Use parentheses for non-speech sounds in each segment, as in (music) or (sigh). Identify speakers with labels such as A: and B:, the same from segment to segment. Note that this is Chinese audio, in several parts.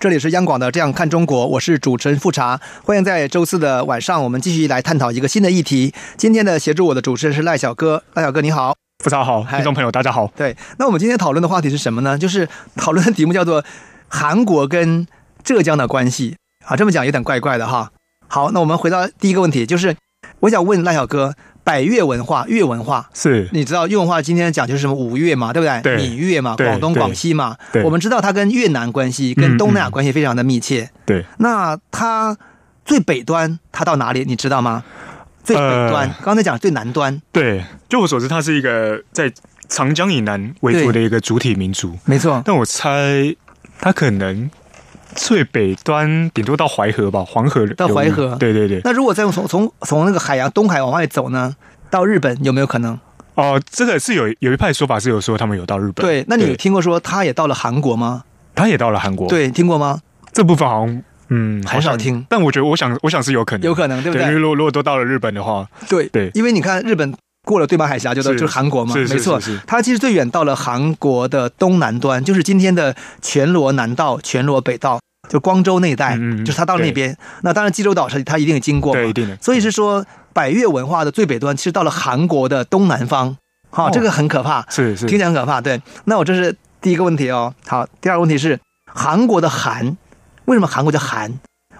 A: 这里是央广的《这样看中国》，我是主持人富察，欢迎在周四的晚上，我们继续来探讨一个新的议题。今天的协助我的主持人是赖小哥，赖小哥你好。
B: 富察好，
A: 嗨
B: 听众朋友大家好。
A: 对，那我们今天讨论的话题是什么呢？就是讨论的题目叫做“韩国跟浙江的关系”啊，这么讲有点怪怪的哈。好，那我们回到第一个问题，就是我想问赖小哥，百越文化、越文化，
B: 是
A: (laughs) 你知道越文化今天讲就是什么五越嘛，对不对？
B: 对
A: 闽越嘛，
B: 对
A: 广东、
B: 对
A: 广西嘛，
B: 对
A: 我们知道它跟越南关系、跟东南亚关系非常的密切。
B: 对，
A: 那它最北端它到哪里？你知道吗？最北端，
B: 呃
A: 刚才讲最南端，
B: 对，就我所知，它是一个在长江以南为主的一个主体民族。
A: 没错，
B: 但我猜它可能最北端顶多到淮河吧，黄河流域
A: 到淮河
B: 对对对。
A: 那如果再从从从那个海洋东海往外走呢，到日本有没有可能？
B: 哦、这个是有有一派说法是有说他们有到日本。
A: 对，那你有听过说他也到了韩国吗？
B: 他也到了韩国。，
A: 对，听过吗？
B: 这部分好像嗯
A: 很少
B: 好像
A: 听
B: 但我觉得我想我想是有可能，
A: 有可能，对不
B: 因为
A: 对？
B: 如果如果都到了日本的话，
A: 对
B: 对
A: 因为你看日本过了对马海峡就到
B: 是
A: 就是韩国嘛，
B: 是是
A: 没错。
B: 是是
A: 它其实最远到了韩国的东南端，就是今天的全罗南道、全罗北道，就光州那一带，
B: 嗯嗯嗯
A: 就是它到了那边。那当然济州岛是它一定有经过嘛
B: 对，一定的。
A: 所以是说百越文化的最北端，其实到了韩国的东南方，哈、
B: 哦
A: 这个很可怕。
B: 是是
A: 听起来很可怕。对，那我这是第一个问题哦。好，第二个问题是韩国的韩，为什么韩国叫韩？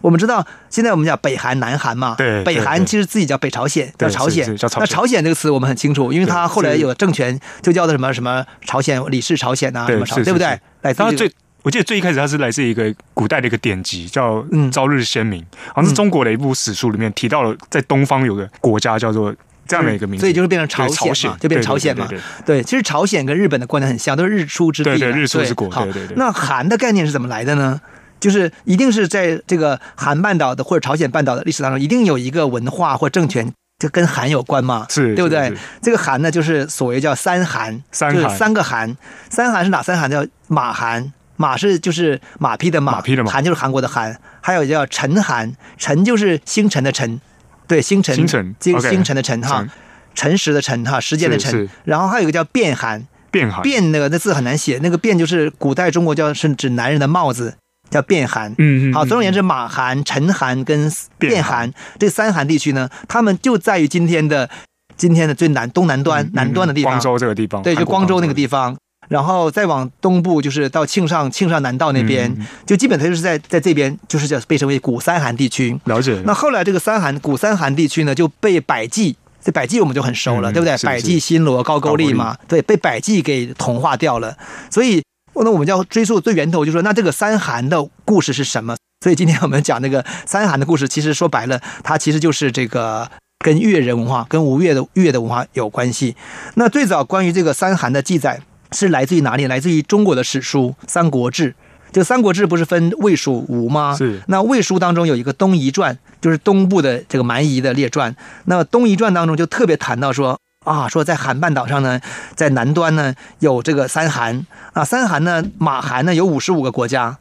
A: 我们知道现在我们讲北韩、南韩嘛，
B: 对对
A: 北韩
B: 对
A: 其实自己叫北朝鲜，叫
B: 对
A: 朝
B: 是
A: 鲜
B: 是，叫朝
A: 那
B: 鲜
A: 朝鲜这个词我们很清楚，因为
B: 对
A: 它后来
B: 是
A: 有政权就叫的什么什么朝鲜李氏朝鲜啊，
B: 对
A: 什么朝，
B: 是
A: 对不
B: 是
A: 对
B: 是？
A: 来自
B: 它
A: 于这个
B: 最我记得最一开始它是来自一个古代的一个典籍，叫
A: 嗯
B: 《朝日先民》，好像是中国的一部史书里面提到了，在东方有个国家叫做这样的一个名
A: 嗯
B: 字，
A: 所以就是变成
B: 对
A: 朝鲜嘛，就变朝鲜嘛
B: 对。对
A: 对，其实朝鲜跟日本的观点很像，都是日出之地嘛，
B: 对对日出之国
A: 好
B: 对对对
A: 那韩的概念是怎么来的呢？就是一定是在这个韩半岛的或者朝鲜半岛的历史当中，一定有一个文化或政权，就跟韩有关嘛，
B: 是
A: 对不对
B: 是是？
A: 这个韩呢，就是所谓叫三韩，
B: 三
A: 就是
B: 韩
A: 三个韩，三韩是哪三韩？叫马韩。马是就是马匹的马，
B: 马匹的马
A: 韩就是韩国的韩，还有叫辰韩，辰就是星辰的辰，对，星辰，
B: 星辰
A: 星
B: OK
A: 星辰的辰哈
B: 辰，
A: 辰时的辰哈，时间的
B: 是
A: 辰
B: 是，啊
A: 然后还有一个叫变韩，
B: 变嗯韩，
A: 变那个那字很难写，那个变就是古代中国叫是指男人的帽子，叫变韩。
B: 嗯嗯，
A: 好，
B: 嗯
A: 总而言之，，马韩、陈韩跟
B: 变
A: 变韩这三韩地区呢，他们就在于今天的今天的最南东南端、
B: 嗯
A: 南端的地
B: 光
A: 方，
B: 州这个地方，
A: 对，就
B: 韩国
A: 光州那个
B: 方
A: 地方，然后再往东部就是到庆尚庆尚南道那边，
B: 嗯嗯
A: 就基本它就是在在这边，就是叫被称为古三韩地区。
B: 了解了，
A: 那后来这个三韩古三韩地区呢，就被百济，这百济我们就很熟了，
B: 嗯
A: 对不对？
B: 是是
A: 百济、新罗、高句丽嘛，对，被百济给同化掉了。所以，那我们就要追溯最源头，就说那这个三韩的故事是什么？所以今天我们讲那个三韩的故事，其实说白了，它其实就是这个。跟越人文化、跟吴越的越的文化有关系。那最早关于这个三韩的记载是来自于哪里？来自于中国的史书《三国志》。这《三国志》不是分魏、蜀、吴吗？
B: 是
A: 那魏书当中有一个东夷传，就是东部的这个蛮夷的列传。那东夷传当中就特别谈到说啊，说在韩半岛上呢，在南端呢有这个三韩啊，三韩呢马韩呢有五十五个国家。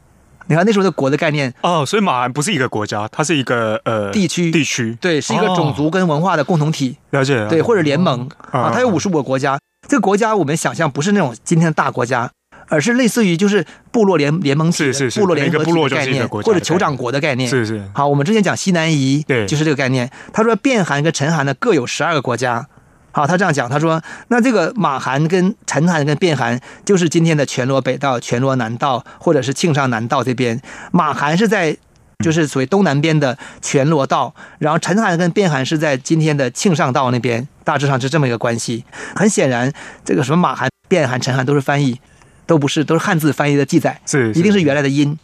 A: 你看那时候的国的概念，
B: 哦，所以马韩不是一个国家，它是一个呃
A: 地区
B: 地区，
A: 对，是一个种族跟文化的共同体，
B: 了解了，
A: 对，或者联盟啊，它有五
B: 十，
A: 十五个国家。这个国家我们想象不是那种今天的大国家，而是类似于就是部落联联盟体的、
B: 是是是
A: 部落联
B: 每个
A: 合体
B: 部落
A: 的
B: 就是
A: 概
B: 一个
A: 念，
B: 国家
A: 或者
B: 的概
A: 酋长
B: 念
A: 国的概念。
B: 是是
A: 好，我们之前讲西南夷，
B: 对
A: 就是这个概念。他说卞韩跟陈韩呢各有十二个国家。好，他这样讲，他说那这个马韩跟陈韩跟卞韩就是今天的全罗北道、全罗南道或者是庆尚南道这边，马韩是在。就是所谓东南边的全罗道，然后陈韩跟卞韩是在今天的庆尚道那边，大致上是这么一个关系。很显然，这个什么马韩、卞韩、陈韩都是翻译，都不是都是汉字翻译的记载。
B: 是，
A: 一定是原来的音。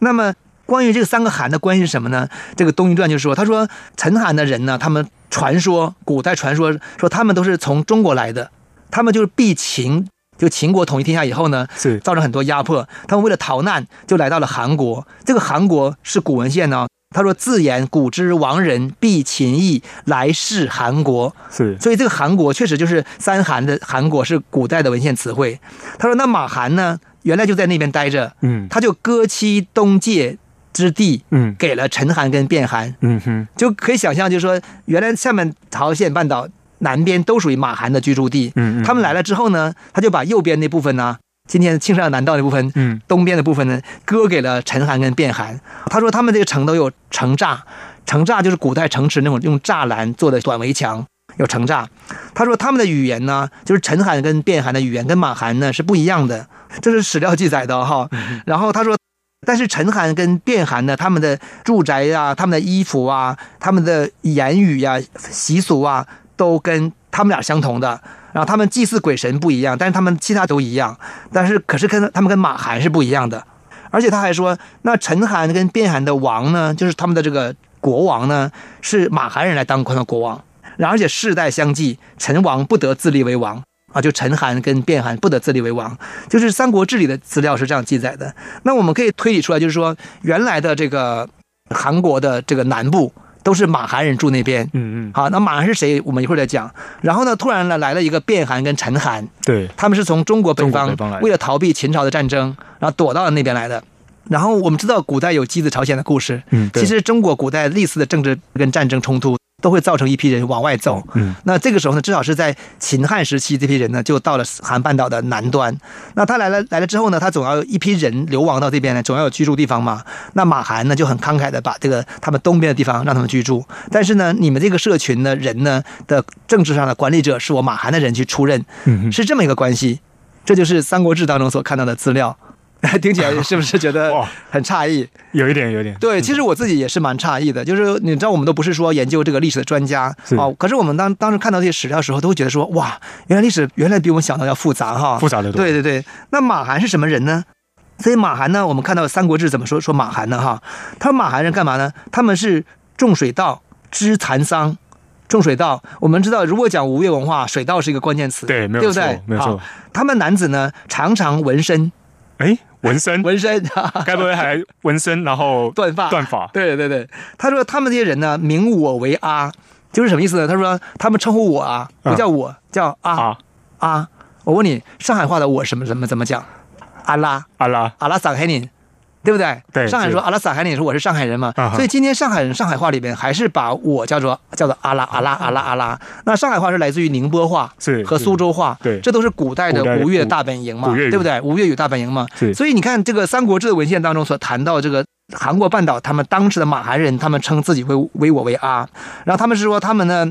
A: 那么关于这三个韩的关系是什么呢？这个《东夷传》就说，他说陈韩的人呢，他们传说古代传说说他们都是从中国来的，他们就是避秦就秦国统一天下以后呢，
B: 是
A: 造成很多压迫，他们为了逃难就来到了韩国。这个韩国是古文献呢、他说：“自言古之亡人，必秦邑，来世韩国。”
B: 是
A: 所以这个韩国确实就是三韩的韩国是古代的文献词汇。他说那马韩呢，原来就在那边待着，
B: 嗯
A: 他就割其东界之地
B: 嗯
A: 给了陈韩跟卞韩，
B: 嗯哼
A: 就可以想象，就是说原来下面朝鲜半岛南边都属于马韩的居住地，
B: 嗯嗯，
A: 他们来了之后呢，他就把右边那部分呢，今天庆尚南道那部分
B: 嗯
A: 东边的部分呢，割给了陈韩跟卞韩。他说他们这个城都有城栅，城栅就是古代城池那种用栅栏做的短围墙，有城栅。他说他们的语言呢，就是陈韩跟卞韩的语言跟马韩呢是不一样的，这是史料记载的哈。然后他说。但是陈韩跟卞韩呢，他们的住宅呀、他们的衣服啊、他们的言语呀、习俗啊，都跟他们俩相同的。然后他们祭祀鬼神不一样，但是他们其他都一样。啊但是可是跟他们跟马韩是不一样的。而且他还说，那陈韩跟卞韩的王呢，就是他们的这个国王呢，是马韩人来当他的国王。然后而且世代相继，陈王不得自立为王啊，就陈韩跟卞韩不得自立为王，啊就是《三国志》里的资料是这样记载的。那我们可以推理出来，就是说原来的这个韩国的这个南部都是马韩人住那边。
B: 嗯嗯，
A: 好，那马韩是谁？我们一会儿再讲。然后呢，突然呢来了一个卞韩跟陈韩，
B: 对，
A: 他们是从中国北
B: 中
A: 方
B: 国北方来的
A: 为了逃避秦朝的战争，然后躲到了那边来的。然后我们知道古代有箕子朝鲜的故事，
B: 嗯对
A: 其实中国古代历次的政治跟战争冲突都会造成一批人往外走。
B: 嗯
A: 那这个时候呢，至少是在秦汉时期，这批人呢就到了韩半岛的南端。那他来了来了之后呢，他总要有一批人流亡到这边来，总要有居住地方嘛。那马韩呢就很慷慨的把这个他们东边的地方让他们居住，但是呢，你们这个社群呢人呢的政治上的管理者是我马韩的人去出任，
B: 嗯哼
A: 是这么一个关系。这就是《三国志》当中所看到的资料， (laughs) 听起来是不是觉得
B: 哇
A: 很诧异？
B: 有一点有一点，
A: 对，其实我自己也是蛮诧异的，就是你知道，我们都不是说研究这个历史的专家
B: 是
A: 哦，可是我们当当时看到这些史料的时候，都会觉得说，哇，原来历史原来比我们想到要复杂哈。
B: 复杂的多，
A: 对对对，那马韩是什么人呢？所以马韩呢，我们看到《三国志》怎么说说马韩呢哈？他说马韩人干嘛呢？他们是种水稻、织蚕桑。种水稻，我们知道，如果讲吴越文化，水稻是一个关键词，
B: 对没
A: 对
B: 有
A: 不
B: 错
A: 对？
B: 没有错
A: 好。他们男子呢，常常纹身，
B: 哎，纹身，
A: 纹身，哈哈 (laughs)
B: 该不会还纹身然后
A: 断发，
B: 断发？
A: 对对对，他说他们这些人呢，名我为阿，就是什么意思呢？他说他们称呼我啊，不叫我，叫阿
B: 啊
A: 阿。我问你，上海话的我什么什么怎么讲？阿拉
B: 阿拉，
A: 阿拉上海人，对不对？
B: 对
A: 上海人说
B: 是
A: 阿拉上海人，说我是上海人嘛，
B: 啊哈
A: 所以今天上海人上海话里边还是把我叫做叫做阿拉阿拉阿拉阿拉。那上海话是来自于宁波话
B: 是
A: 和
B: 是
A: 苏州话，
B: 对
A: 这都是古代的
B: 古代的
A: 吴越
B: 古
A: 大本营嘛，
B: 古越语
A: 对不对？吴越语大本营嘛，
B: 是
A: 所以你看，这个《三国志》的文献当中所谈到这个韩国半岛，他们当时的马韩人，他们称自己为为我为阿，然后他们是说他们呢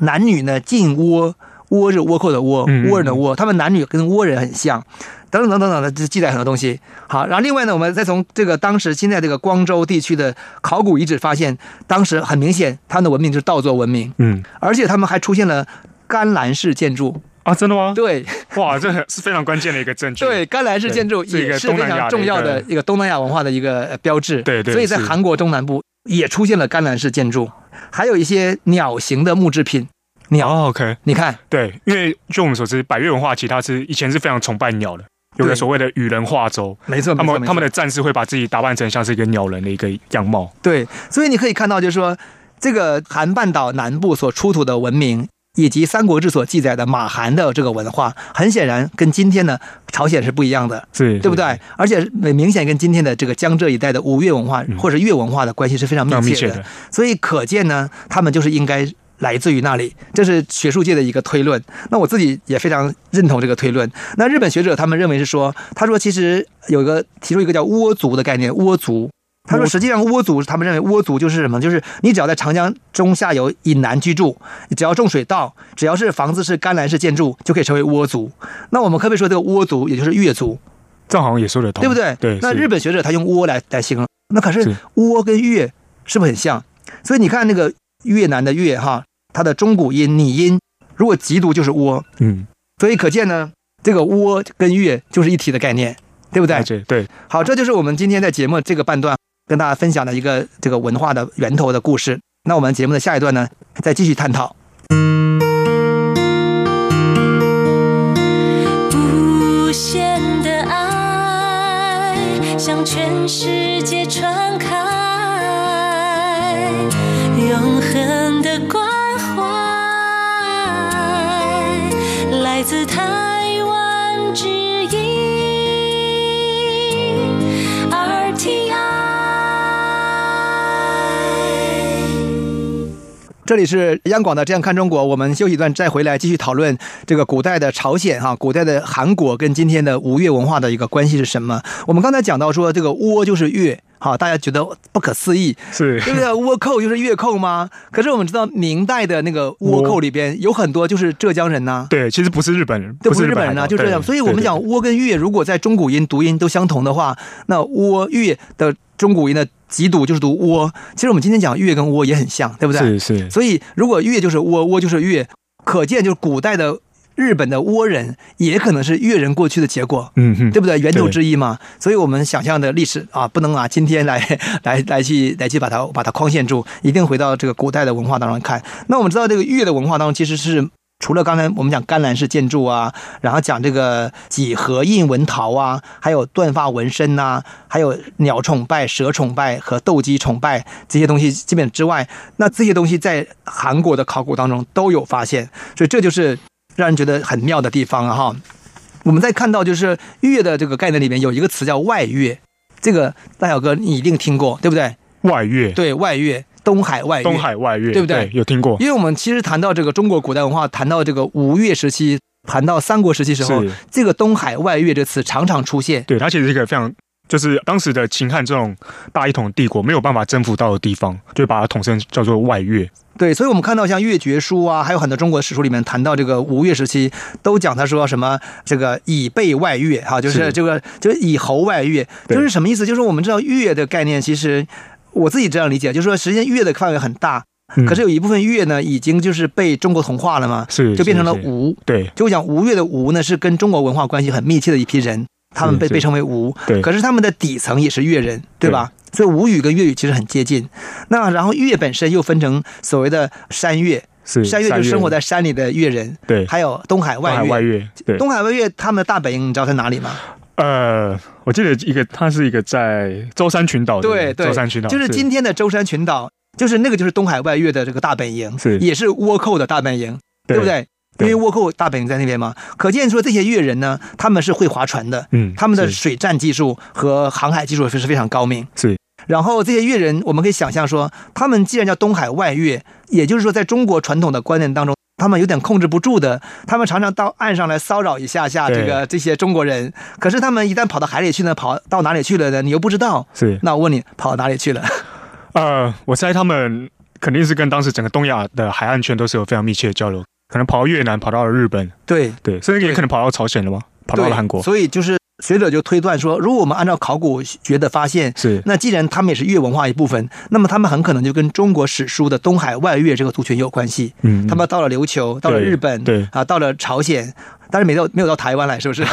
A: 男女呢近窝，窝是倭寇的倭，
B: 嗯嗯
A: 倭人的倭，他们男女跟倭人很像。等等等等等的，就记载很多东西。好，然后另外呢，我们再从这个当时现在这个光州地区的考古遗址发现，当时很明显，他们的文明就是稻作文明，
B: 嗯
A: 而且他们还出现了甘蓝式建筑。
B: 啊，真的吗？
A: 对，
B: 哇，这很是非常关键的一个证据。
A: 对，，甘蓝式
B: 对
A: 建筑
B: 是一
A: 也
B: 个
A: 是
B: 东
A: 非
B: 南亚
A: 常
B: 的
A: 重
B: 一
A: 要
B: 个
A: 的一个东南亚文化的一个呃标志。
B: 对对
A: 所以在
B: 是
A: 韩国东南部也出现了甘蓝式建筑，还有一些鸟形的木制品。鸟，
B: 哦，OK，
A: 你看，
B: 对，因为据我们所知，百越文化其实它是以前是非常崇拜鸟的，有
A: 对
B: 个所谓的羽人化州，
A: 没错，
B: 他
A: 没错，
B: 们他们
A: 的
B: 的战士会把自己打扮成像是一个鸟人的一个样貌。
A: 对，所以你可以看到，就是说这个韩半岛南部所出土的文明。以及《三国志》所记载的马韩的这个文化，很显然跟今天的朝鲜是不一样的。
B: 是
A: 对不对？？而且明显跟今天的这个江浙一带的吴越文化
B: 嗯
A: 或者越文化的关系是非常密
B: 那密
A: 切
B: 切
A: 的，
B: 的
A: 所以可见呢，他们就是应该来自于那里，这是学术界的一个推论。那我自己也非常认同这个推论。那日本学者他们认为是说，他说其实有一个提出一个叫倭族的概念，倭族。他说，
B: 倭族
A: 实际上倭族，他们认为倭族就是什么？就是你只要在长江中下游以南居住，只要种水稻，只要是房子是甘蓝式建筑，就可以成为倭族。那我们可不可以说这个倭族，也就是越族？
B: 这好像也说得通，
A: 对不哦对？
B: 对，
A: 那
B: 是
A: 日本学者他用倭来来形容，那可是
B: 是
A: 倭跟越是不是很像？所以你看那个越南的越哈，它的中古音拟音，如果急读就是倭，
B: 嗯，
A: 所以可见呢，这个倭跟越就是一体的概念，对不对
B: 了？解对，
A: 好，这就是我们今天在节目这个半段跟大家分享的一个这个文化的源头的故事。那我们节目的下一段呢，再继续探讨。
C: 不向全世界传开，永恒的关怀，来自台湾之音 RTI。
A: 这里是央广的《这样看中国》，我们休息一段再回来继续讨论这个古代的朝鲜哈、古代的韩国跟今天的吴越文化的一个关系是什么？我们刚才讲到说这个倭就是越哈，大家觉得不可思议， (laughs)
B: 是
A: 对不对？倭寇就是越寇吗？可是我们知道明代的那个倭寇里边有很多就是浙江人呐、
B: 对，其实不是日本人，
A: 这不是日本人呐、
B: 啊，
A: 就这样。
B: 对
A: 所以我们
B: 对
A: 讲
B: 对
A: 倭跟越，如果在中古音读音都相同的话，那倭越的中古音的极读就是读倭。其实我们今天讲越跟倭也很像，对不对？
B: 是是
A: 所以如果越就是倭，倭就是越，可见就是古代的日本的倭人也可能是越人过去的结果。
B: 嗯哼，
A: 对不对？源头之一嘛，所以我们想象的历史啊，不能啊，今天来来来去来去把它把它框限住，一定回到这个古代的文化当中看。那我们知道，这个越的文化当中其实是。除了刚才我们讲甘蓝式建筑啊，然后讲这个几何印纹陶啊，还有缎发纹身呐、还有鸟崇拜、蛇崇拜和斗鸡崇拜这些东西基本之外，那这些东西在韩国的考古当中都有发现，所以这就是让人觉得很妙的地方啊哈。我们再看到就是“乐”的这个概念里面有一个词叫“外乐”，这个大小哥你一定听过，对不对？
B: 外越，
A: 对外乐，东海外乐。
B: 东，海外越，
A: 对不对
B: 对？有听过，
A: 因为我们其实谈到这个中国古代文化，谈到这个吴越时期，谈到三国时期时候
B: 是，
A: 这个“东海外乐”这词常常出现。
B: 对，它其实是一个非常。就是当时的秦汉这种大一统帝国没有办法征服到的地方，就把它统称叫做外越。
A: 对，所以我们看到像《越绝书》啊，还有很多中国史书里面谈到这个吴越时期，都讲他说什么这个以备外越哈、就是
B: 是
A: 这个就是以侯外越，
B: 对
A: 就是什么意思？就是我们知道越的概念，其实我自己这样理解，就是说实际上越的范围很大，
B: 嗯
A: 可是有一部分越呢已经就是被中国同化了嘛，
B: 是
A: 就变成了
B: 是是
A: 吴。
B: 对，
A: 就我讲吴越的吴呢，是跟中国文化关系很密切的一批人，他们被
B: 是是
A: 被称为吴。
B: 对
A: 可是他们的底层也是越人，对
B: 对
A: 吧？所以吴语跟粤语其实很接近。那然后越本身又分成所谓的山越，
B: 是
A: 山越就是生活在山里的越人，
B: 对
A: 还有东海
B: 东
A: 外
B: 海
A: 越。
B: 外越。对，
A: 东海外越他们的大本营你知道在哪里吗？
B: 呃，我记得一个，它是一个在舟山群岛的，
A: 对对，
B: 哦舟山群岛
A: 就是今天的舟山群岛，就是那个就是东海外越的这个大本营，
B: 是
A: 也是倭寇的大本营，对
B: 对
A: 不？对？因
B: 对
A: 为倭寇大本营在那边嘛，可见说这些越人呢，他们是会划船的，
B: 嗯
A: 他们的
B: 是
A: 水战技术和航海技术是非常高明。
B: 是
A: 然后这些越人，我们可以想象说，他们既然叫东海外越，也就是说，在中国传统的观念当中，他们有点控制不住的，他们常常到岸上来骚扰一下下这个这些中国人。可是他们一旦跑到海里去呢，跑到哪里去了呢？你又不知道。
B: 是
A: 那我问你，跑到哪里去了？ (laughs)
B: 呃，我猜他们肯定是跟当时整个东亚的海岸圈都是有非常密切的交流，可能跑到越南，跑到了日本，
A: 对，
B: 对，甚至也可能跑到朝鲜了吗？跑到
A: 对
B: 了韩国，
A: 所以就是学者就推断说，如果我们按照考古学的发现，
B: 是
A: 那既然他们也是越文化一部分，那么他们很可能就跟中国史书的东海外越这个族群有关系。
B: 嗯
A: 他们到了琉球，到了日本，
B: 对
A: 啊，到了朝鲜，但是没到没有到台湾来，
B: (laughs)
A: 是不是？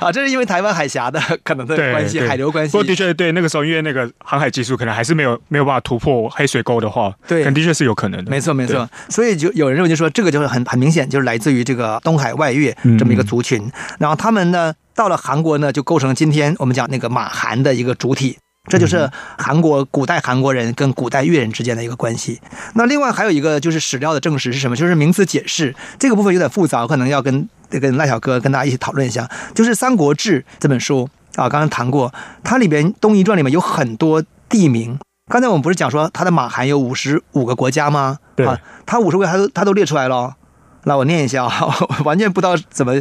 A: 啊，这是因为台湾海峡的可能的
B: 嗯对
A: 关系，
B: 对
A: 海流关系
B: 不过。的确，对那个时候，因为那个航海技术可能还是没有没有办法突破黑水沟的话，
A: 对
B: 可能的确是有可能的。
A: 没错，没
B: 对
A: 错。所以就有人认为就说，这个就是很很明显，就是来自于这个东海外越
B: 嗯
A: 这么一个族群。然后他们呢，到了韩国呢，就构成今天我们讲那个马韩的一个主体。这
B: 嗯
A: 就是韩国古代韩国人跟古代越人之间的一个关系。那另外还有一个就是史料的证实是什么？就是名词解释这个部分有点复杂，我可能要跟跟赖小哥跟大家一起讨论一下。就是《三国志》这本书啊，刚刚谈过，它里边《东夷传》里面有很多地名。刚才我们不是讲说它的马韩有五十五个国家吗？
B: 对
A: 啊，它五十个它都它都列出来了哦。那我念一下啊， (laughs) 我完全不知道怎么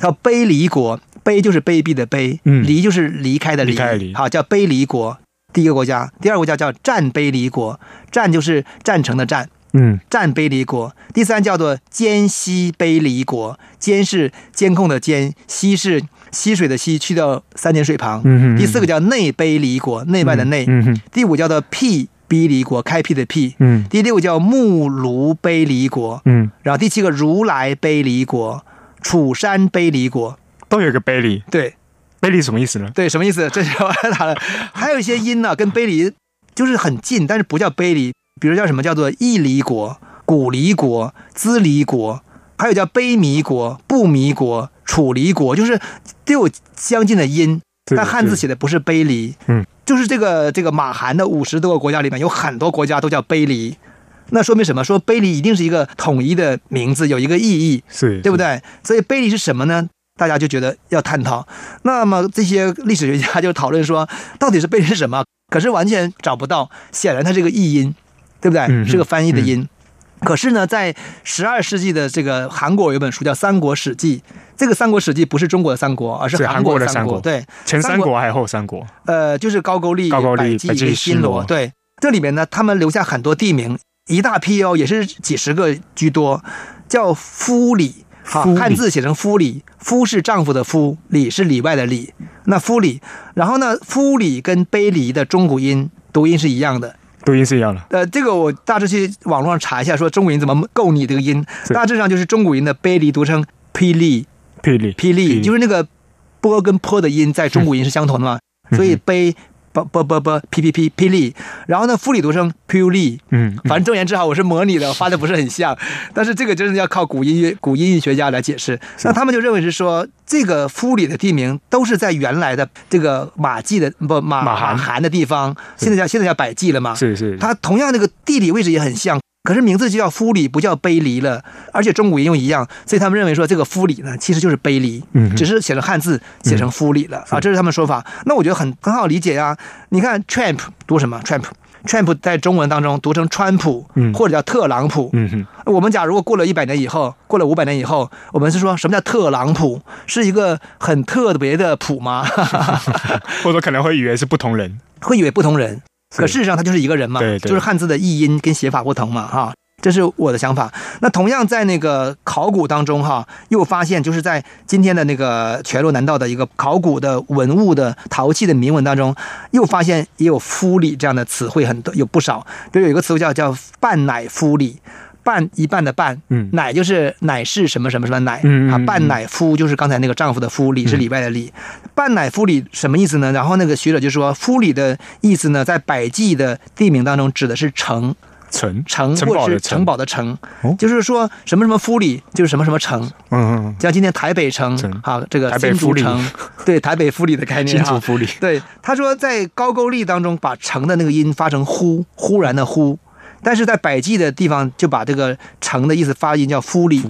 A: 叫卑离国，卑就是卑鄙的卑，
B: 嗯
A: 离就是离开的离，
B: 离开的离
A: 好叫卑离国。第一个国家，第二个国家叫战卑离国，战就是战城的战，
B: 嗯，
A: 战卑离国。第三叫做监西卑离国，监是监控的监，西是溪水的溪，去掉三点水旁。
B: 嗯哼
A: 第四个叫内卑离国，内外的内。
B: 嗯哼，
A: 第五叫做辟卑离国，开辟的辟。
B: 嗯
A: 第六叫木卢卑离国，
B: 嗯，
A: 然后第七个如来卑离国，楚山卑离国。
B: 都有一个 Bailey，Bailey
A: 对，
B: 什么意思呢？
A: 对，什么意思？这是我打了。还有一些音呢、跟卑离就是很近，但是不叫卑离，比如叫什么叫做义离国、古离国、资离国，还有叫卑弥国、不弥国、楚离国，就是都有相近的音。
B: 对
A: 但汉字写的不是卑离，
B: 嗯，
A: 就是这个这个马韩的五十多个国家里面，有很多国家都叫卑离。那说明什么？说卑离一定是一个统一的名字，有一个意义，
B: 是
A: 对不？对？所以卑离是什么呢？大家就觉得要探讨。那么这些历史学家就讨论说，到底是卑离是什么？可是完全找不到，显然它是个译音，对不对？
B: 嗯哼
A: 是个翻译的音。可是呢，在十二世纪的这个韩国有一本书叫《三国史记》，这个《三国史记》不是中国的三国，而是
B: 是
A: 韩国
B: 韩国的
A: 三
B: 三
A: 国。
B: 国
A: 对，
B: 前
A: 三
B: 三
A: 国
B: 国还是后三国？
A: 呃，就是高句丽、
B: 高句丽
A: 百
B: 百
A: 济、
B: 济
A: 新
B: 新
A: 罗。
B: 罗
A: 对，这里面呢，他们留下很多地名，一大批哦，也是几十个居多，叫夫里。哈
B: 夫，里
A: 汉字写成夫里，夫是丈夫的夫，里是里外的里。那夫里，然后呢，夫里跟卑离的中古音读音是一样的。
B: 读音是一样的。
A: 呃，这个我大致去网络上查一下，说中古音怎么构拟这个音，
B: 是
A: 大致上就是中古音的卑离读成 E，霹雳，
B: 霹雳，
A: 霹雳，就是是那个波跟坡的音在中古音是相同的嘛，
B: 嗯
A: 所以悲啵啵啵啵噼噼噼霹雳，然后呢，副理读成霹雳。
B: 嗯，嗯
A: 反正正言之好，我是模拟的，我发的不是很像，但是这个真的要靠古音乐、古音学家来解释。那他们就认为是说，这个夫里的地名都是在原来的这个马季的不马
B: 马韩
A: 韩的地方，现在叫现在叫百济了嘛。
B: 是是，
A: 它同样那个地理位置也很像，可是名字就叫夫里，不叫卑离了，而且中古音又一样，所以他们认为说这个夫里呢其实就是卑离，
B: 嗯哼嗯
A: 只是写成汉字写成夫里了、啊，这是他们说法。那我觉得很很好理解呀、你看 Trump 读什么 Trump？Trump 在中文当中读成川普，
B: 嗯
A: 或者叫特朗普。
B: 嗯哼，
A: 我们假如过了一百年以后，过了五百年以后，我们是说什么叫特朗普？是一个很特别的普吗？ (laughs)
B: (laughs) 或者说可能会以为是不同人，
A: 会以为不同人，
B: 是
A: 可事实上他就是一个人嘛，
B: 对对
A: 就是汉字的译音跟写法不同嘛，哈。这是我的想法。那同样在那个考古当中，哈，又发现就是在今天的那个全罗南道的一个考古的文物的陶器的铭文当中，又发现也有“夫里”这样的词汇很多，有不少。就有一个词汇叫叫“半奶夫里”，半一半的半，
B: 嗯
A: 奶就是奶是什么什么什么奶，
B: 嗯嗯
A: 啊，
B: 嗯
A: 半奶夫就是刚才那个丈夫的夫，里是里外的里，半奶夫里什么意思呢？然后那个学者就说，夫里的意思呢，在百济的地名当中指的是城，
B: 城
A: 城
B: 城
A: 或
B: 堡
A: 者
B: 的
A: 是城堡的城，
B: 哦
A: 就是说什么什么夫里就是什么什么城，
B: 嗯嗯，
A: 像今天台北城
B: 城
A: 啊，这个
B: 台北
A: 新竹
B: 夫里
A: 城，对台北夫里的概念
B: (laughs) 新
A: 哈
B: 竹。福利，
A: 对，他说在高句丽当中把城的那个音发成忽，忽然的忽。但是在百济的地方就把这个城的意思发音叫夫里，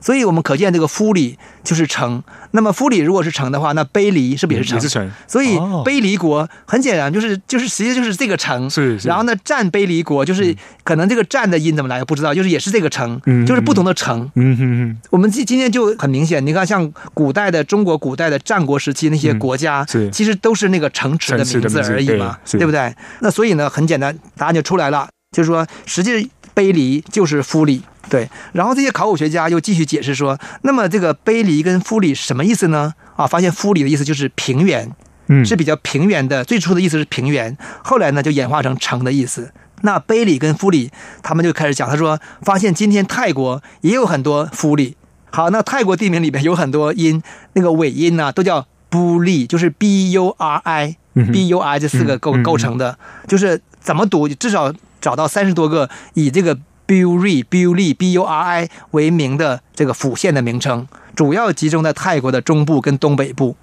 A: 所以我们可见这个夫里就是城。那么夫里如果是城的话，那卑离是不是也是城？
B: 也是城，
A: 所以
B: 哦
A: 卑离国很显然就是就是实际就是这个城，
B: 是是
A: 然后呢，战卑离国就是可能这个战的音怎么来不知道，就是也是这个城，
B: 嗯
A: 就是不同的城。
B: 嗯哼
A: 我们今今天就很明显，你看像古代的中国古代的战国时期那些国家，
B: 嗯是
A: 其实都是那个城池的
B: 城池
A: 名
B: 的
A: 字
B: 名字
A: 而已嘛，
B: 对是
A: 不对？那所以呢，很简单，答案就出来了，就是说，实际卑离就是夫里。对，然后这些考古学家又继续解释说，那么这个卑离跟夫里是什么意思呢？啊，发现夫里的意思就是平原，
B: 嗯，
A: 是比较平原的，最初的意思是平原，后来呢就演化成城的意思。那卑里跟夫里，他们就开始讲，他说发现今天泰国也有很多夫里。好，那泰国地名里面有很多音，那个尾音啊呢、都叫布利，就是 b u r i
B: 嗯哼
A: b u i 这四个构
B: 嗯嗯嗯
A: 构成的，就是怎么读，至少找到三十多个以这个 b u r i b u l i b u r i 为名的这个府县的名称，主要集中在泰国的中部跟东北部。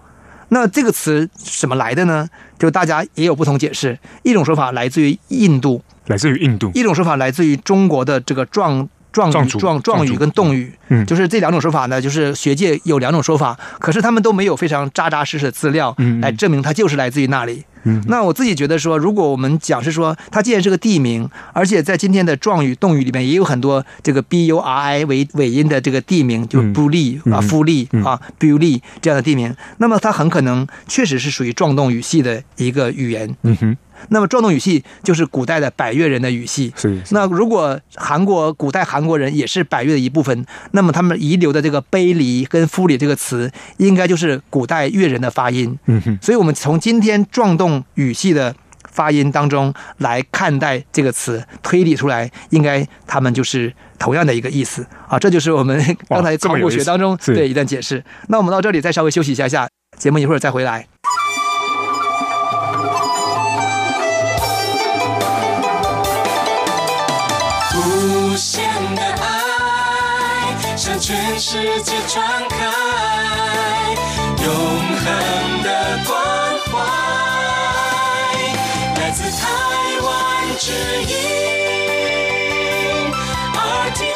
A: 那这个词怎么来的呢？就大家也有不同解释。一种说法来自于印度，
B: 来自于印度，
A: 一种说法来自于中国的这个壮壮
B: 壮
A: 语、
B: 族
A: 壮壮
B: 壮
A: 语
B: 族
A: 跟动语。
B: 嗯
A: 就是这两种说法呢，就是学界有两种说法，可是他们都没有非常扎扎实实的资料
B: 嗯嗯
A: 来证明它就是来自于那里。
B: 嗯
A: 那我自己觉得说，如果我们讲是说，它既然是个地名，而且在今天的壮语、动语里面也有很多这个 b u r i 为尾音的这个地名，就
B: 嗯
A: 布利、啊、
B: 嗯
A: 夫利
B: 嗯
A: 啊、布利这样的地名，那么它很可能确实是属于壮动语系的一个语言。
B: 嗯哼，
A: 那么壮动语系就是古代的百越人的语系，
B: 是
A: 那如果韩国古代韩国人也是百越的一部分，那么他们遗留的这个“卑离”跟“夫里”这个词，应该就是古代越人的发音。
B: 嗯哼，
A: 所以，我们从今天壮动语系的发音当中来看待这个词，推理出来，应该他们就是同样的一个意思啊。这就是我们
B: 哇
A: 刚才考古学当中
B: 这么有意思是
A: 对一段解释。那我们到这里再稍微休息一下下，节目一会儿再回来。
C: 无限的爱向全世界传开，永恒的关怀怀，来自台湾之音 RTI。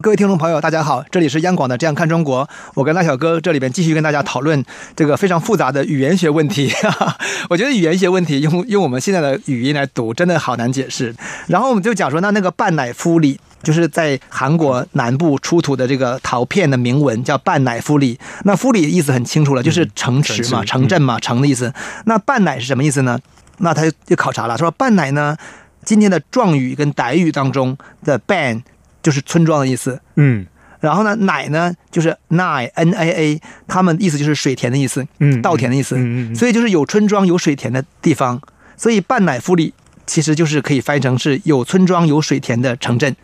A: 各位听众朋友，大家好，这里是央广的《这样看中国》，我跟赖小哥这里边继续跟大家讨论这个非常复杂的语言学问题。 (laughs) 我觉得语言学问题用用我们现在的语音来读，真的好难解释。然后我们就讲说，那那个半乃夫里。就是在韩国南部出土的这个陶片的铭文叫半乃夫里，那夫里意思很清楚了，就是城池嘛、
B: 城市
A: 城镇嘛、城的意思。那半乃是什么意思呢？那他就就考察了，说半乃呢，今天的壮语跟傣语当中的 ban 就是村庄的意思，
B: 嗯
A: 然后呢，奶呢就是 nai n a a，他们意思就是水田的意思，
B: 嗯
A: 稻田的意思，
B: 嗯嗯嗯
A: 所以就是有村庄有水田的地方，所以半奶夫里其实就是可以翻译成是有村庄有水田的城镇，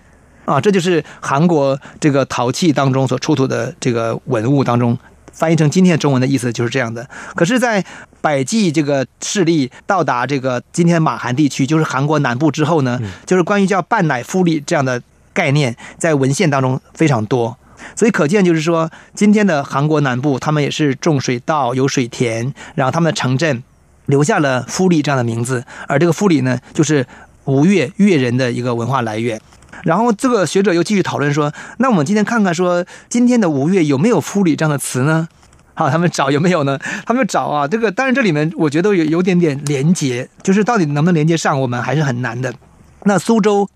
A: 啊，这就是韩国这个陶器当中所出土的这个文物当中。翻译成今天的中文的意思就是这样的。可是，在百济这个势力到达这个今天马韩地区，就是韩国南部之后呢，就是关于叫半奶夫里这样的概念，在文献当中非常多。所以可见，就是说，今天的韩国南部，他们也是种水稻、有水田，然后他们的城镇留下了夫里这样的名字，而这个夫里呢，就是吴越越人的一个文化来源。然后这个学者又继续讨论说，那我们今天看看说，今天的吴越有没有夫里这样的词呢？好，他们找有没有呢？他们找啊，这个当然这里面我觉得有有点点连结，就是到底能不能连接上，我们还是很难的。那苏州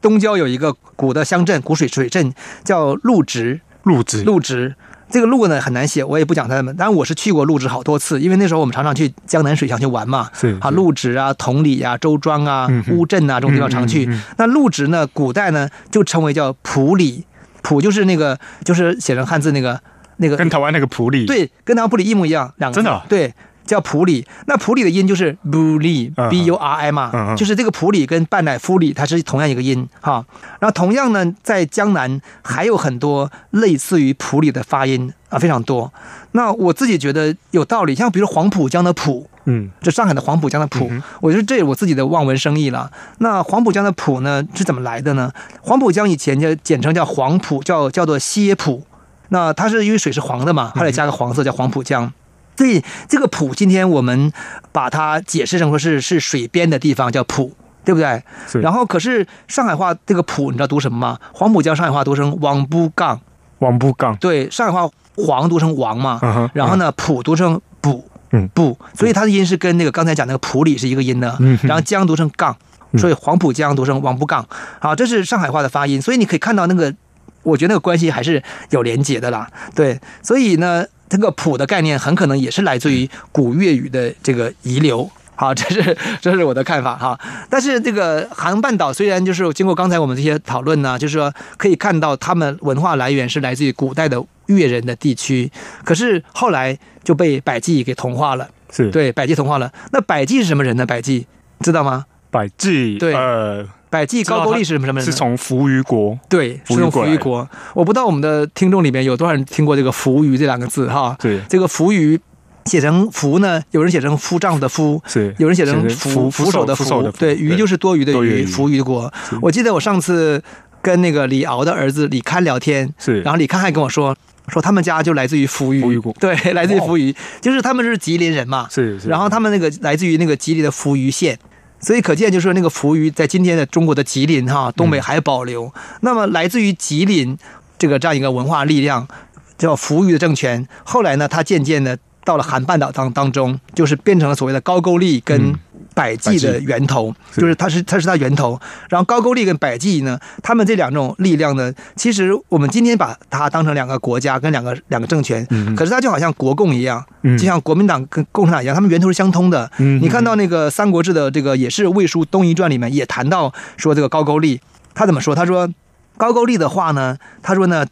A: 东郊有一个古的乡镇，古水水镇叫陆直，
B: 入职
A: 陆直。这个陆呢很难写，我也不讲他们。但我是去过陆直好多次，因为那时候我们常常去江南水乡去玩嘛，
B: 是
A: 啊，
B: 是
A: 陆直啊、同里啊、周庄啊
B: 嗯、哼
A: 乌镇啊这种地方常去。
B: 嗯嗯嗯
A: 那陆直呢，古代呢就称为叫普里，普就是那个就是写成汉字那个那个
B: 跟台湾那个普里，
A: 对，跟南普里一模一样，两个
B: 真的
A: 字
B: 啊
A: 对。叫普里，那普里的音就是布里
B: 嗯嗯
A: ，b u r i 嘛，
B: 嗯嗯
A: 就是这个普里跟半乃夫里它是同样一个音哈。然后同样呢，在江南还有很多类似于普里的发音啊，非常多。那我自己觉得有道理，像比如黄浦江的浦，
B: 嗯，
A: 这上海的黄浦江的浦，我觉得这我自己的望文生义了。那黄浦江的浦呢是怎么来的呢？黄浦江以前就简称叫黄浦，叫叫做歇浦。那它是因为水是黄的嘛，后来加个黄色叫黄浦江。所以这个浦，今天我们把它解释成说是是水边的地方叫浦，对不对？
B: 是
A: 然后可是上海话这个浦，你知道读什么吗？黄浦江上海话读成王不杠，
B: 王不杠，
A: 对，上海话黄读成王嘛，
B: 嗯哼
A: 然后呢浦读成补，
B: 嗯
A: 补，所以它的音是跟那个刚才讲那个普里是一个音的，
B: 嗯哼
A: 然后江读成杠，所以黄浦江读成王不杠，啊，这是上海话的发音，所以你可以看到那个，我觉得那个关系还是有连结的啦，对，所以呢，这个谱的概念很可能也是来自于古粤语的这个遗留。好，这是这是我的看法哈。但是这个韩半岛虽然就是经过刚才我们这些讨论呢，就是说可以看到他们文化来源是来自于古代的越人的地区，可是后来就被百济给同化了。
B: 是
A: 对，百济同化了。那百济是什么人呢？百济知道吗？
B: 百济，
A: 对
B: 呃，
A: 百济
B: 知道
A: 高句丽是什么什么人呢？
B: 是从扶余国，
A: 对，
B: 扶
A: 是
B: 余
A: 用
B: 过
A: 扶
B: 来
A: 余
B: 的
A: 国。我不知道我们的听众里面有多少人听过这个“扶余”这两个字哈。
B: 对
A: 这个“扶余”写成“扶”呢，有人写成“夫丈夫”的“夫”，
B: 是
A: 有人写成“
B: 扶
A: 扶
B: 扶
A: 手”
B: 的
A: “扶”，
B: 手的扶，
A: 对，余就是多余的
B: 多余
A: 余，
B: 的余
A: 扶余国。我记得我上次跟那个李敖的儿子李堪聊天，
B: 是
A: 然后李堪还跟我说。说他们家就来自于扶余，
B: 扶余国
A: 对，来自于
B: 哇
A: 扶余，就是他们是吉林人嘛，
B: 是是
A: 然后他们那个来自于那个吉林的扶余县，所以可见就是说那个扶余在今天的中国的吉林哈东北还保
B: 嗯
A: 留。那么来自于吉林这个这样一个文化力量，叫扶余的政权，后来呢，它渐渐的到了韩半岛当当中，就是变成了所谓的高句丽跟
B: 嗯
A: 百济的
B: 百济
A: 源头，
B: 是
A: 就是它是它是它源头。然后高句丽跟百济呢，他们这两种力量呢，其实我们今天把它当成两个国家跟两个两个政权，
B: 嗯
A: 可是它就好像国共一样，
B: 嗯
A: 就像国民党跟共产党一样，他们源头是相通的。
B: 嗯
A: 你看到那个《三国志》的这个也是《魏书·东夷传》里面也谈到说这个高句丽，他怎么说？他说高句丽的话呢，他说呢，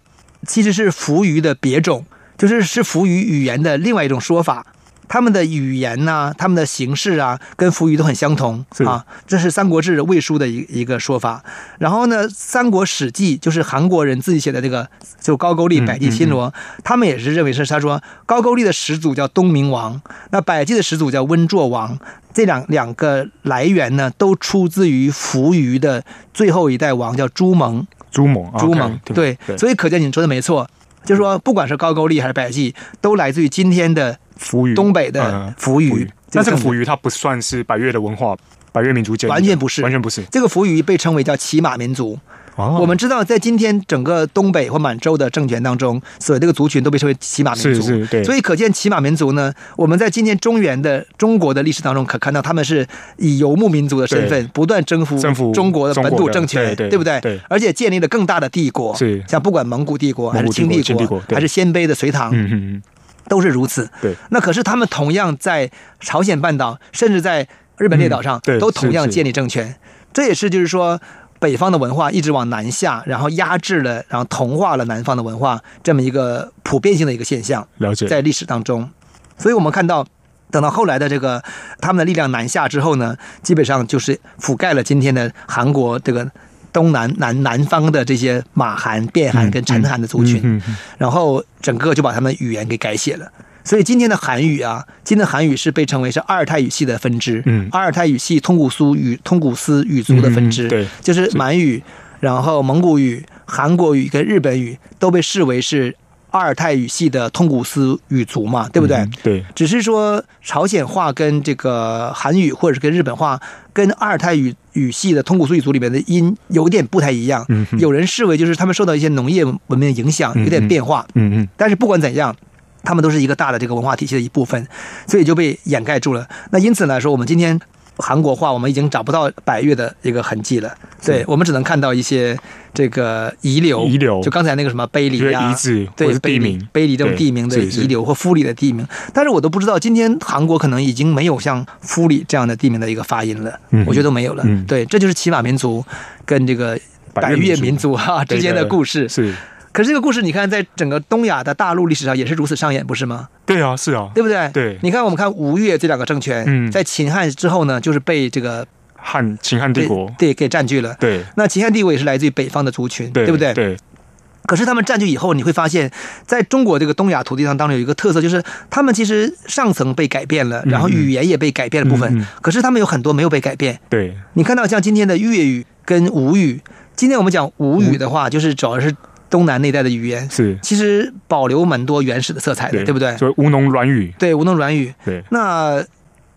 A: 其实是扶余的别种，就是是扶余语言的另外一种说法。他们的语言呐、他们的形式啊，跟扶余都很相同
B: 是
A: 啊。这是《三国志》《魏书》的一一个说法。然后呢，《三国史记》就是韩国人自己写的这个，就高句丽、
B: 嗯
A: 百济、新罗，他们也是认为是他说高句丽的始祖叫东明王，那百济的始祖叫温祚王。这两两个来源呢，都出自于扶余的最后一代王叫朱蒙。
B: 朱蒙，啊
A: 朱
B: OK，
A: 蒙，
B: 听
A: 对，所以可见你说的没错。就是说，不管是高句丽还是百济，都来自于今天的
B: 浮鱼，
A: 东北的
B: 呃
A: 浮
B: 浮
A: 鱼
B: 鱼。那这个
A: 更
B: 浮鱼它不算是百越的文化，百越民族建立的
A: 完全不是
B: 完全不是。
A: 这个扶余被称为叫骑马民族。
B: 哦
A: 我们知道，在今天整个东北或满洲的政权当中，所有这个族群都被称为骑马民族。
B: 是是对
A: 所以可见骑马民族呢，我们在今天中原的中国的历史当中，可看到他们是以游牧民族的身份
B: 对
A: 不断征服
B: 征服
A: 中国的本
B: 中
A: 土
B: 国的
A: 政权，
B: 对对
A: 不对？
B: 对
A: 而且建立了更大的帝国，
B: 是
A: 像不管蒙古帝国还是
B: 蒙古帝
A: 清
B: 国
A: 帝
B: 清帝国对
A: 还是鲜卑的隋唐，
B: 嗯嗯嗯，
A: 都是如此。
B: 对，
A: 那可是他们同样在朝鲜半岛，甚至在日本列岛上
B: 嗯，对
A: 都同样
B: 是是
A: 建立政权。这也是就是说，北方的文化一直往南下，然后压制了，然后同化了南方的文化，这么一个普遍性的一个现象，
B: 了解。嗯
A: 在历史当中。所以我们看到，等到后来的这个他们的力量南下之后呢，基本上就是覆盖了今天的韩国这个东南南南方的这些马韩、遍韩跟陈韩的族群。
B: 嗯嗯
A: 然后整个就把他们语言给改写了。所以今天的韩语啊，今天的韩语是被称为是阿尔泰语系的分支，
B: 嗯
A: 阿尔泰语系通古苏语、通古斯语族的分支，
B: 嗯嗯对
A: 就是满语，然后蒙古语、韩国语跟日本语都被视为是阿尔泰语系的通古斯语族嘛，对不对？
B: 嗯对，
A: 只是说朝鲜话跟这个韩语或者是跟日本话，跟阿尔泰语语系的通古苏语族里面的音有点不太一样。
B: 嗯哼
A: 有人视为就是他们受到一些农业文明的影响，有点变化。
B: 嗯嗯，
A: 但是不管怎样。他们都是一个大的这个文化体系的一部分，所以就被掩盖住了。那因此来说，我们今天韩国话我们已经找不到百越的一个痕迹了，对我们只能看到一些这个遗留，
B: 遗留
A: 就刚才那个什么碑
B: 就
A: 里
B: 是
A: 啊、
B: 遗址或
A: 对
B: 者是
A: 碑
B: 地
A: 里
B: 名，
A: 碑里这种
B: 对
A: 地名的
B: 是是
A: 遗留或夫里的地名，但是我都不知道，今天韩国可能已经没有像夫里这样的地名的一个发音了，
B: 嗯哼
A: 我觉得都没有了。
B: 嗯
A: 对，这就是骑马民族跟这个
B: 百
A: 百
B: 越
A: 越
B: 民族
A: 民族哈、之
B: 对
A: 间的
B: 对
A: 故事。
B: 是，
A: 可是这个故事，你看，在整个东亚的大陆历史上也是如此上演，不是吗？
B: 对啊，是啊，
A: 对不对？
B: 对
A: 你看，我们看吴越这两个政权，
B: 嗯
A: 在秦汉之后呢，就是被这个
B: 汉秦汉帝国，
A: 对给占据了。
B: 对
A: 那秦汉帝国也是来自于北方的族群，
B: 对
A: 不对？
B: 对，
A: 可是他们占据以后，你会发现，在中国这个东亚土地上，当中有一个特色，就是他们其实上层被改变了，然后语言也被改变了部分，
B: 嗯嗯
A: 可是他们有很多没有被改变。
B: 对，
A: 你看到像今天的粤语跟吴语，今天我们讲吴语的话，就是主要是东南那带的语言，
B: 是，
A: 其实保留蛮多原始的色彩哎的，对不对？
B: 所以吴侬软语，
A: 对，吴侬软语。
B: 对，
A: 那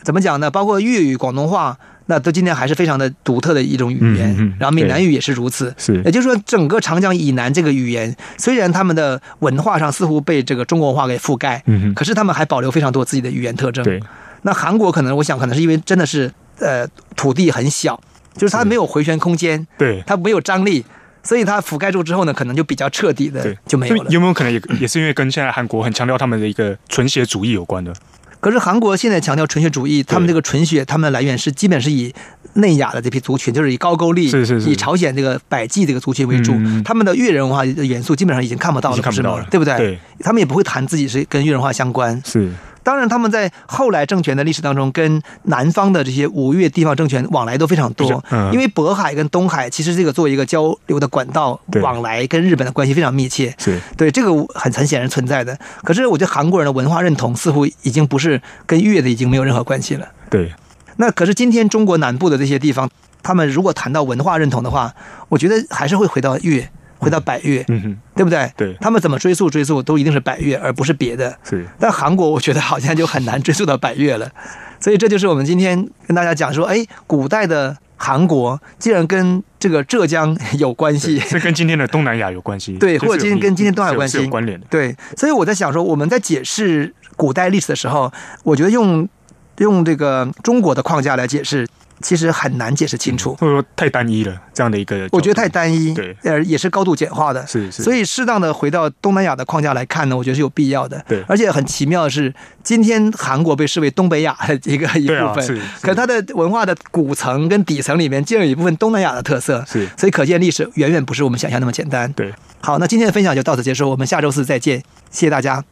A: 怎么讲呢？包括粤语、广东话，那都今天还是非常的独特的一种语言。
B: 嗯嗯嗯
A: 然后闽南语也是如此。
B: 是
A: 也就是说，整个长江以南这个语言，虽然他们的文化上似乎被这个中国文化给覆盖，
B: 嗯哼，
A: 可是他们还保留非常多自己的语言特征。
B: 对，
A: 那韩国可能，我想可能是因为真的是呃土地很小，就是它
B: 是
A: 没有回旋空间，
B: 对。
A: 它没有张力，所以它覆盖住之后呢，可能就比较彻底的
B: 对，
A: 呃就没有了。
B: 有没有可能也也是因为跟现在韩国很强调他们的一个纯血主义有关的？
A: 可是韩国现在强调纯血主义，他们这个纯血，他们的来源是基本是以内亚的这批族群，就是以高句丽、
B: 是是是
A: 以朝鲜这个百济这个族群为主，
B: 嗯嗯嗯
A: 他们的越人文化的元素基本上已经看不到
B: 已
A: 了，
B: 经看不到
A: 是
B: 了
A: 吗对不对？
B: 对
A: 他们也不会谈自己是跟越人化相关。
B: 是，
A: 当然，他们在后来政权的历史当中，跟南方的这些吴越地方政权往来都非常
B: 比
A: 多
B: 较，嗯
A: 因为渤海跟东海其实这个作为一个交流的管道，
B: 对
A: 往来跟日本的关系非常密切。
B: 是
A: 对，这个很很显然存在的。可是我觉得韩国人的文化认同似乎已经不是跟越的已经没有任何关系了。
B: 对，
A: 那可是今天中国南部的这些地方，他们如果谈到文化认同的话，我觉得还是会回到越，回到百越，
B: 嗯哼，
A: 对不对？
B: 对
A: 他们怎么追溯追溯都一定是百越，而不是别的。
B: 是
A: 但韩国我觉得好像就很难追溯到百越了，所以这就是我们今天跟大家讲说，哎，古代的韩国竟然跟这个浙江有关系，
B: 这跟今天的东南亚有关系，
A: 对，
B: 这是
A: 或者今天
B: 有
A: 跟今天东海
B: 是
A: 有关
B: 是
A: 系
B: 有关联的，
A: 对，所以我在想说，我们在解释古代历史的时候，我觉得用用这个中国的框架来解释，其实很难解释清楚。
B: 或者说太单一了，这样的一个角度，
A: 我觉得太单一，
B: 嗯对
A: 呃，也是高度简化的。
B: 是是，
A: 所
B: 以
A: 以适当的回到东南亚的框架来看呢，我觉得是有必要的。
B: 对
A: 而且很奇妙的是，今天韩国被视为东北亚的一个一
B: 对
A: 部
B: 啊
A: 分，
B: 是是
A: 可它的文化的骨层跟底层里面，竟然有一部分东南亚的特色。
B: 是
A: 所以可见历史远远不是我们想象那么简单。
B: 对。
A: 好，那今天的分享就到此结束，我们下周四再见，谢谢大家，